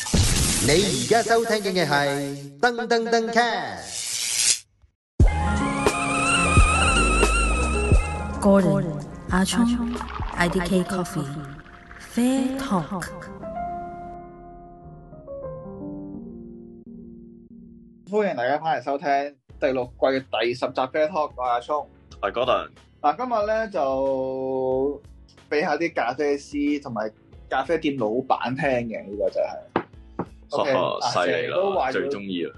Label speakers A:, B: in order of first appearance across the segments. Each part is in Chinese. A: 你而家收聽嘅係噔噔噔 cast。
B: Gordon, Ah Chong, IDK Coffee, Fair Talk.
C: 歡迎大家翻嚟收聽第六季嘅第十集 Fair Talk，我係阿聰。
D: 係嗰陣
C: 嗱，今日咧就俾下啲咖啡師同埋咖啡店老闆聽嘅，呢、個就係、
D: 哈
C: OK，嗱
D: 哈哦犀
C: 成
D: 利
C: 日都話
D: 啦，
C: 要
D: 最中意啦，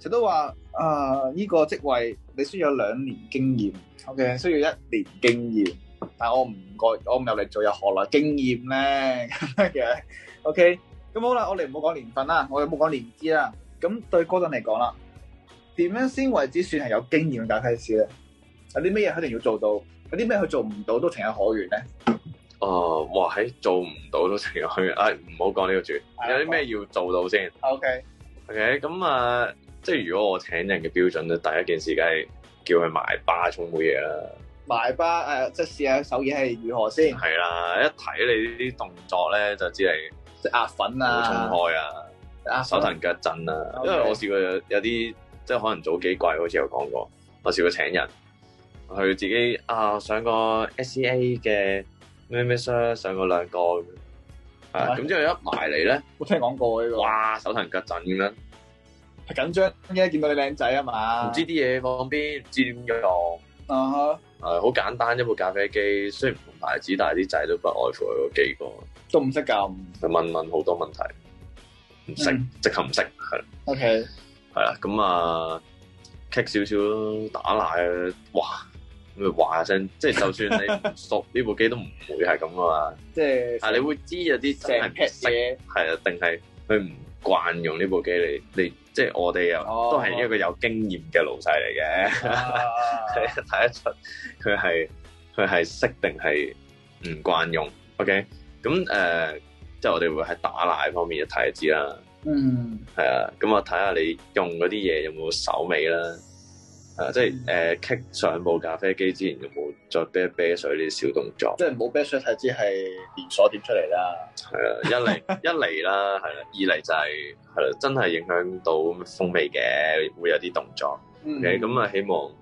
C: 成日都話啊，呢、個職位你需要有兩年經驗，OK，需要一年經驗。但我唔覺，我唔入嚟做又何來經驗咧咁樣嘅？OK，咁好啦，我哋唔好講年份啦，我哋唔好講年資啦。咁對嗰陣嚟講啦，點樣先為之算係有經驗嘅咖啡師咧？有啲咩嘢佢一定要做到？有啲咩佢做唔到都情有可原咧？
D: 哦，哇喺做唔到都成日去，唉啊唔好講呢個住，
C: 啊
D: 有啲咩要做到先
C: OK，
D: ？OK，咁啊，即係如果我請人嘅標準咧，第一件事梗係叫佢埋巴沖杯嘢啦，
C: 埋巴誒、即係試下手藝係如何先，
D: 係啦，一睇你啲動作咧就知係
C: 即係壓粉
D: 好衝
C: 啊，
D: 開啊，
C: 壓
D: 手
C: 粉
D: 騰腳震啊，
C: OK
D: 因為我試過有有啲即係可能早幾季好似有講過，我試過請人佢自己啊上個 SEA 嘅咩咩 sir 上過兩個咁樣，啊
C: 係
D: 咁之後一埋嚟咧。
C: 我聽講過呢、個，
D: 哇，手騰腳震咁樣，唔
C: 係緊張嘅，見到你靚仔啊嘛，
D: 知啲嘢放邊，唔知點用，誒、
C: 啊哈
D: 好簡單一部咖啡機，雖然唔同牌子，但係啲仔都不外乎有嗰幾個，
C: 都唔識撳。
D: 佢問問好多問題，唔識、
C: 嗯
D: 即刻唔識，係啦
C: OK，
D: 係啦，咁啊棘少少咯，打奶啊，哇！咁咪話聲，即係就算 你唔熟呢部機都唔會係咁啊嘛，
C: 即係
D: 但係你會知有啲
C: 成
D: 真係唔
C: pat
D: 識
C: 嘢，
D: 係啊，定係佢唔慣用呢部機嚟嚟，即係我哋又、
C: 哦
D: 都係一個有經驗嘅老細嚟 嘅，
C: 啊
D: 睇睇得出佢係佢係識定係唔慣用。OK，咁誒、呃即係我哋會喺打奶方面就睇就知啦，
C: 嗯，
D: 係啊，咁我睇下你用嗰啲嘢有冇手尾啦。啊，即係誒，棘、上部咖啡機之前有冇再啤一啤水呢啲小動作？
C: 即係冇 best shot 睇，只係連鎖點出嚟啦。
D: 係啊，一嚟一嚟啦，係啦，二嚟就係係啦，真係影響到風味嘅，會有啲動作。
C: 嗯
D: OK，咁啊，希望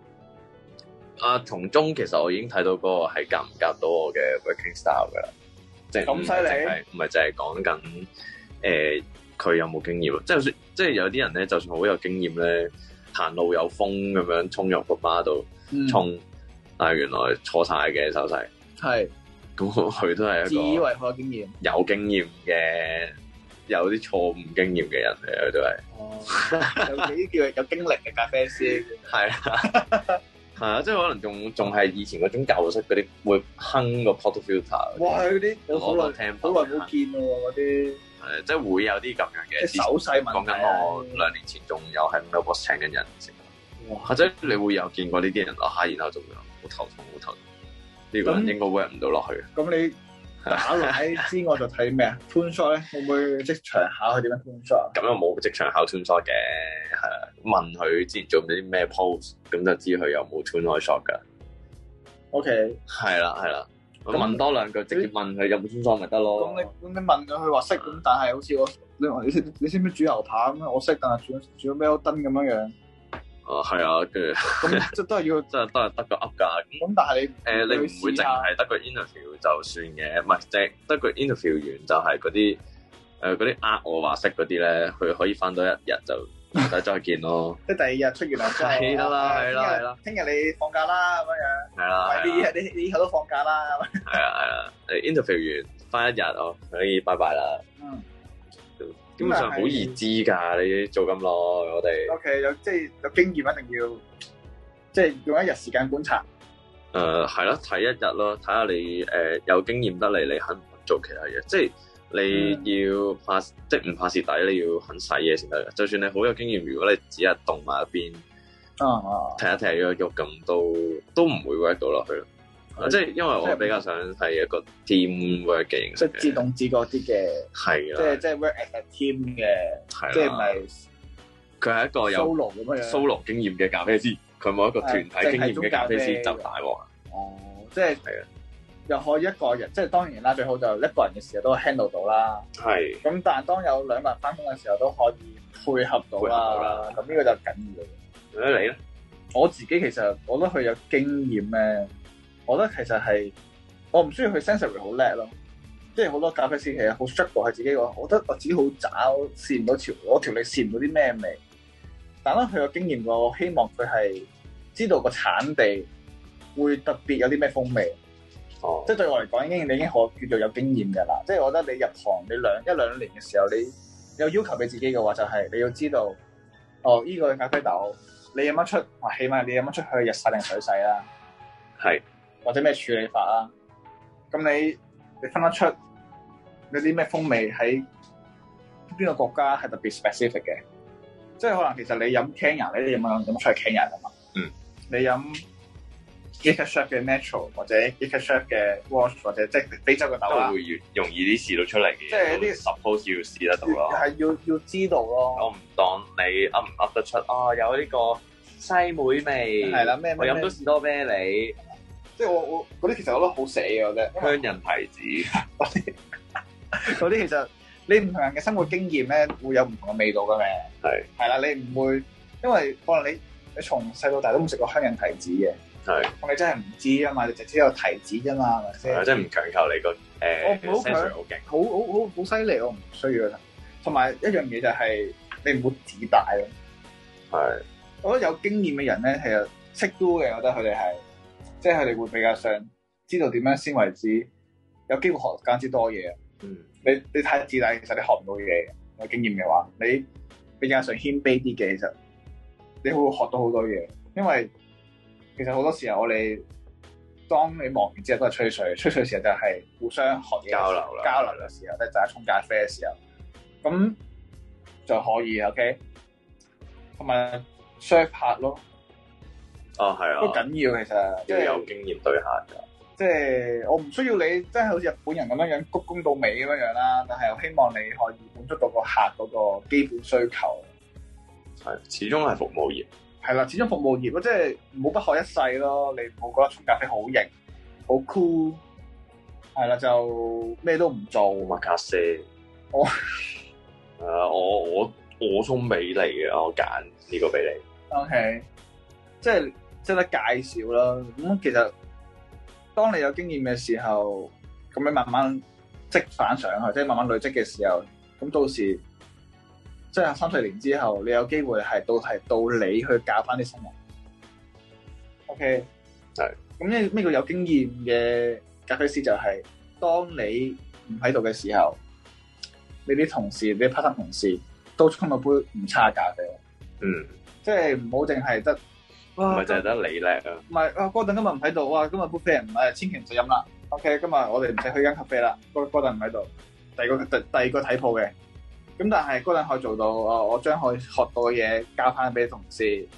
D: 啊，從中其實我已經睇到嗰個係夾唔夾到我嘅 working style 噶啦，即係
C: 咁
D: 唔係
C: 犀利
D: 淨係唔係淨係講緊誒佢有冇經驗，即係就算即係有啲人咧，就算好有經驗咧，行路有風咁樣衝入個巴度
C: 嗯
D: 衝，但係原來錯晒嘅手勢，
C: 係
D: 咁 佢都係一
C: 自
D: 個
C: 以。為好有經驗。
D: 有經驗嘅，有啲錯誤經驗嘅人嚟，佢都係
C: 哦，有幾叫有經歷嘅咖啡師。
D: 係啦，係啊，即係可能仲仲係以前嗰種舊式嗰啲會哼個 port filter，
C: 哇！佢啲我好
D: 攞個
C: 耐
D: temp，
C: 好耐冇見喎，嗰啲
D: 係即係會有啲咁樣
C: 即
D: 嘅
C: 係
D: 之前
C: 手勢問
D: 講
C: 題
D: 緊我
C: 啊。
D: 兩年前仲有喺 m e l b o s 請緊人嘅時候，
C: 哇！
D: 或者你會有見過呢啲人啊，然後就會話好頭痛，好頭痛，呢個人
C: 咁
D: 應該 work 唔到落去。
C: 咁你打 奶之外，就睇咩啊？潘 shot 咧，會唔會即場考佢點樣潘 shot？
D: 咁又冇職場考 turn shot 嘅，係啦問佢之前做咗啲咩 pose，咁就知佢有冇 turn high shot 㗎。
C: O K，
D: 係啦，係啦。
C: 咁
D: 問多兩句，直接問佢有冇穿梭咪得咯。
C: 咁你咁你問佢佢話識咁，但係好似我你話你識你識唔識煮牛扒咁樣？我識，但係煮煮咗咩燈咁樣樣，
D: 哦，係啊，跟住
C: 咁即係都係要
D: 即係都係得個 up 㗎。咁
C: 咁，但係你
D: 誒，你唔
C: 試
D: 會淨
C: 下
D: 係得個 interview 就算嘅，唔係淨得個 interview 完就係嗰啲誒嗰啲呃我話識嗰啲咧，佢可以翻多一日就唔使再見咯。
C: 即 係第二日出完糧之後，
D: 係啦
C: 啊
D: 係啦係啦，
C: 聽日聽日你放假啦咁樣
D: 係啊啦，係
C: 樣，
D: 啦，
C: 喂你你你以後都放假啦咁樣，
D: 係啊，係啊。誒 interview 完翻一日哦，可以拜拜啦。
C: 嗯
D: 基本上好易知㗎，你做咁耐，我哋
C: ，O K，有即係有經驗一定要即係用一日時間觀察，
D: 誒呃係咯，睇一日咯，睇下你誒、呃有經驗得嚟，你肯唔肯做其他嘢？即
C: 嗯
D: 係你要怕，即係唔怕蝕底，你要肯使嘢先得嘅。就算你好有經驗，如果你只係動埋一邊
C: 啊啊，
D: 踢一踢喐一喐咁，都都唔會 work 到落去咯。啊即係因為
C: 即係
D: 我
C: 唔
D: 比較想係一個 team work 嘅形
C: 即
D: 式
C: 係自
D: 嘅，
C: 動自覺啲嘅，
D: 係
C: 即係
D: 啦，
C: 即係 work as a team 嘅，即
D: 係
C: 係唔
D: 啦，
C: 係
D: 佢係一個有
C: solo 咁樣樣。
D: solo 經驗嘅咖啡師，佢冇一個團體
C: 係
D: 經驗嘅咖啡師
C: 即係
D: 就大鑊啦。
C: 哦，即係
D: 係啊
C: 又可以一個人，即係當然啦，最好就一個人嘅時候都 handle 到啦。
D: 係
C: 咁但係當有兩個人翻工嘅時候都可以配合到
D: 配合到
C: 啦
D: 啦。
C: 咁呢個就緊要嘅。
D: 咁你咧？
C: 我自己其實我覺得佢有經驗咧，我覺得其實係我唔需要佢 sensory 好叻咯，即係好多咖啡師其實好 struggle 係自己個，我覺得我自己好渣，我試唔到條，我條脷試唔到啲咩味。但咧佢有經驗過，我希望佢係知道個產地會特別有啲咩風味。
D: 哦
C: 即，係對我嚟講，已經你已經可叫做有經驗㗎啦。即係我覺得你入行你兩一兩年嘅時候，你有要求俾自己嘅話，就係、你要知道，哦，依、個咖啡豆你飲得出，哇，起碼你飲得出佢日曬定水洗啊啦，
D: 係
C: 或者咩處理法啦。咁你你分得出有啲咩風味喺邊個國家係特別 specific 嘅？即係可能其實你飲 Kenya，你都飲飲出係 Kenya 㗎嘛。
D: 嗯。
C: 你飲 y i k a Chef 嘅 Natural 或者 y i k a Chef 嘅 Wash 或者即係非洲嘅豆啊啦
D: 都，會越容易啲試到出嚟嘅嘢，
C: 即係呢
D: 都 suppose 要試得到咯。
C: 係要要知道
D: 我
C: 咯。
D: 唔當你噏唔噏得出啊，有呢個西梅味，
C: 係啦，咩
D: 我
C: 咩
D: 飲到
C: 咩
D: 士多啤梨、
C: 即係我我嗰啲其實我覺得好死嘅，我覺得因為
D: 香人提子，
C: 嗰啲其實你唔同人嘅生活經驗咧，會有唔同嘅味道嘅咩？
D: 係
C: 係啦，你唔會因為可能你你從細到大都冇食過香印提子嘅，
D: 係
C: 我哋真係唔知啊嘛，你就只有提子啫嘛，係咪先
D: 係啊？即係唔強求你個
C: 我
D: 誒
C: 唔好強
D: sensor 好勁，
C: 好好好好犀利，我唔需要啦。同埋一樣嘢就係你唔好自大咯。
D: 係
C: 我覺得有經驗嘅人咧，其實識 do 嘅，我覺得佢哋係，即係佢哋會比較想知道點樣先為之有機會學更之多嘢。
D: 嗯
C: 你你太自大，其實你學唔到嘢嘅。有經驗嘅話，你比較上謙卑啲嘅，其實你會學到好多嘢。因為其實好多時候我哋當你忙完之後都係吹水，吹水嘅時候就係互相學嘢嘅時候
D: 交流啦
C: 交流嘅時候即係大家沖咖啡嘅時候，咁就可以 OK。同埋 serve 客咯，
D: 哦係
C: 都
D: 啊，
C: 緊要其實，即
D: 要
C: 係
D: 有經驗對下㗎，
C: 即係我唔需要你真係好似日本人咁樣樣鞠躬到尾咁樣樣啦，但係我希望你可以滿足到個客嗰個基本需求。
D: 係始終係服務業，
C: 係啦，始終服務業咯，即係唔好不可一世咯。你冇覺得沖咖啡好型、好 cool，係啦，就咩都唔做
D: 冇乜卡啡。
C: 我
D: 係 啊，我我我送俾你嘅，我揀呢個俾你。
C: OK，即係識得介紹啦。咁其實當你有經驗嘅時候，咁你慢慢積反上去，即係慢慢累積嘅時候，咁到時即係三四年之後，你有機會係到係到你去教翻啲新人。OK，
D: 係。
C: 咁呢咩叫有經驗嘅咖啡師就係、當你唔喺度嘅時候，你啲同事、你啲 partner 同事都沖到杯唔差嘅咖啡。
D: 嗯，
C: 即係唔好淨係得，
D: 唔
C: 哇
D: 係就係得你叻啊，
C: 唔係啊，哥頓今日唔喺度，哇，今日杯啡唔係，千祈唔使飲啦。OK，今日我哋唔使去間咖啡啦，哥哥頓唔喺度，第二個第第二個睇鋪嘅。咁但係哥頓可以做到，哦我將我學到嘅嘢交翻俾同事，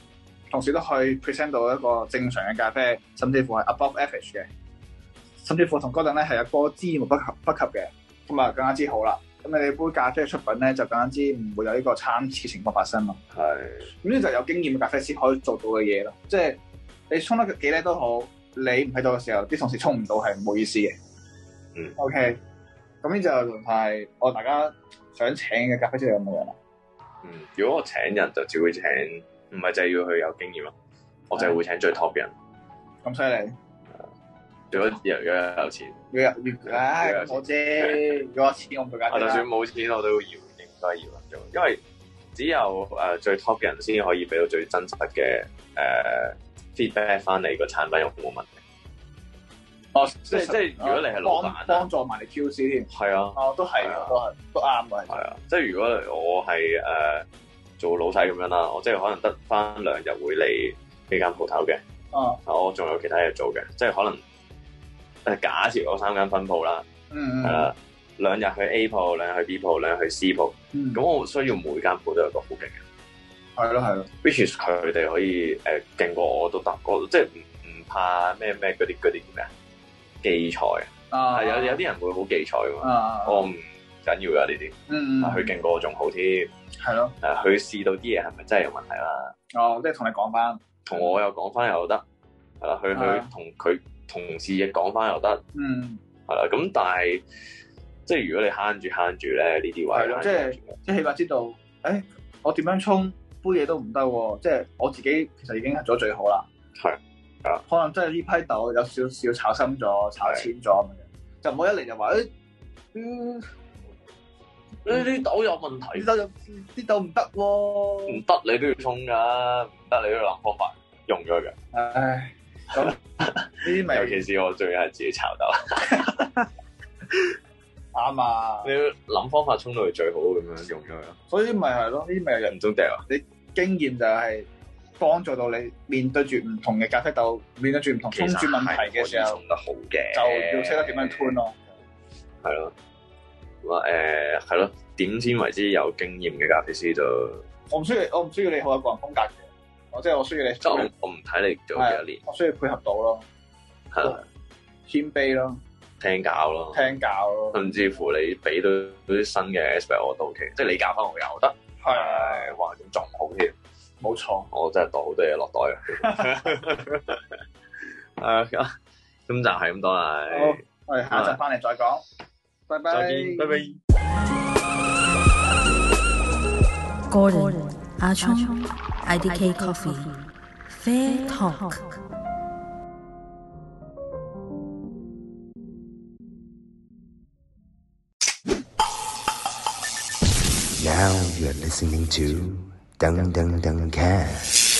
C: 同事都去 present 到一個正常嘅咖啡，甚至乎係 above average 嘅，甚至乎同哥頓咧係有過之而無不及不及嘅，咁啊更加之好啦。咁你杯咖啡嘅出品咧就更加之唔會有呢個參差情況發生咯。
D: 係
C: 咁呢就係有經驗嘅咖啡師可以做到嘅嘢咯。即係你沖得幾叻都好，你唔喺度嘅時候，啲同事沖唔到係唔好意思嘅。
D: 嗯
C: ，OK。咁呢就係我大家想請嘅咖啡師有冇人啊？
D: 嗯。如果我請人就只會請，唔係就係要佢有經驗咯，我就係會請最 top 嘅人。
C: 咁犀利，
D: 如果有有有錢，
C: 要有要
D: 啊
C: 唉，咁我啫。如果有錢我唔會啊揀
D: 我啊就
C: 你
D: 算
C: 啦。
D: 冇錢我都要應該要咁做，因為只有誒、呃最 top 嘅人先可以俾到最真實嘅誒、呃 feedback 翻你個產品有冇問題。
C: 哦，
D: 即係即係如果你係老闆啊
C: 幫幫助埋你 QC 添。
D: 係啊，
C: 哦，都係
D: 係啊
C: 嘅，都係都啱嘅。
D: 係啊，即係如果我係誒、呃做老細咁樣啦，我即係可能得翻兩日會嚟呢間鋪頭嘅。
C: 哦，
D: 啊我仲有其他嘢做嘅，即係可能誒、呃假設我三間分鋪啦，
C: 嗯
D: 係啊
C: 嗯
D: 啦、兩日去 A 鋪，兩日去 B 鋪，兩日去 C 鋪，
C: 嗯，
D: 咁我需要每間鋪都有個好勁嘅
C: 係咯係咯，
D: ，which is 佢哋可以誒、呃、勁過我都得，我即係唔唔怕咩咩嗰啲嗰啲叫咩啊忌才啊，
C: 啊
D: 係有有啲人會好忌才噶嘛，
C: 啊，
D: 我唔緊要㗎呢啲，
C: 嗯嗯，
D: 啊佢勁過我仲好添，
C: 係咯，
D: 誒佢試到啲嘢係咪真係有問題啦？
C: 哦，即係同你講翻。
D: 同我又講翻又得，係啦，佢
C: 係啊
D: 佢同佢同事亦講翻又得，
C: 嗯，
D: 係啦。咁但係即係如果你慳住慳住咧，呢啲位
C: 係咯
D: 慳住嗯
C: 即係
D: 慳住
C: 即係起碼知道，誒、我點樣沖杯嘢都唔得喎，即係我自己其實已經係做得最好啦。
D: 係啊，
C: 可能真係呢批豆有少少炒深咗、炒淺咗咁樣，就唔好一嚟就話誒，嗯
D: 呢啲豆有問題
C: 啲，豆有啲豆唔得
D: 唔
C: 喎。
D: 得你都要沖㗎，唔得你都要諗方法用咗佢。
C: 唉， 咁呢啲咪
D: 尤其是我最係自己炒 豆，
C: 啱啊
D: 你，要諗方法沖到佢最好咁樣用咗佢咯，
C: 所以咪係咯，呢啲咪人
D: 唔中掉 啊！
C: 經驗就係幫助到你面對住唔同嘅咖啡豆，面對住唔同沖煮問題嘅時候，
D: 沖得好嘅，
C: 就要識得點樣 turn 咯。
D: 係咯，咁啊誒係咯，點先為之有經驗嘅咖啡師就
C: 我唔需要，我唔需要你好有個人風格嘅，我即係我需要你
D: 即係我我唔睇你做幾多年，
C: 我需要配合到咯，
D: 係
C: 哦
D: 啦，
C: 謙卑咯，
D: 聽教咯，
C: 聽教咯，
D: 甚至乎你俾到啲新嘅 aspect 我到期，即係你教翻我又得，
C: 係啊
D: 誒哇咁仲好添，
C: 冇錯。
D: 我真係袋好多嘢落袋啊！ 係 啊，咁就係咁多啦。
C: 好，我哋下集翻嚟再講，拜拜，
D: 再見拜拜。
B: Gordon, Ah Chong, IDK Coffee, Fair Talk.
A: Now you're listening to Dung Dung Dung Cat.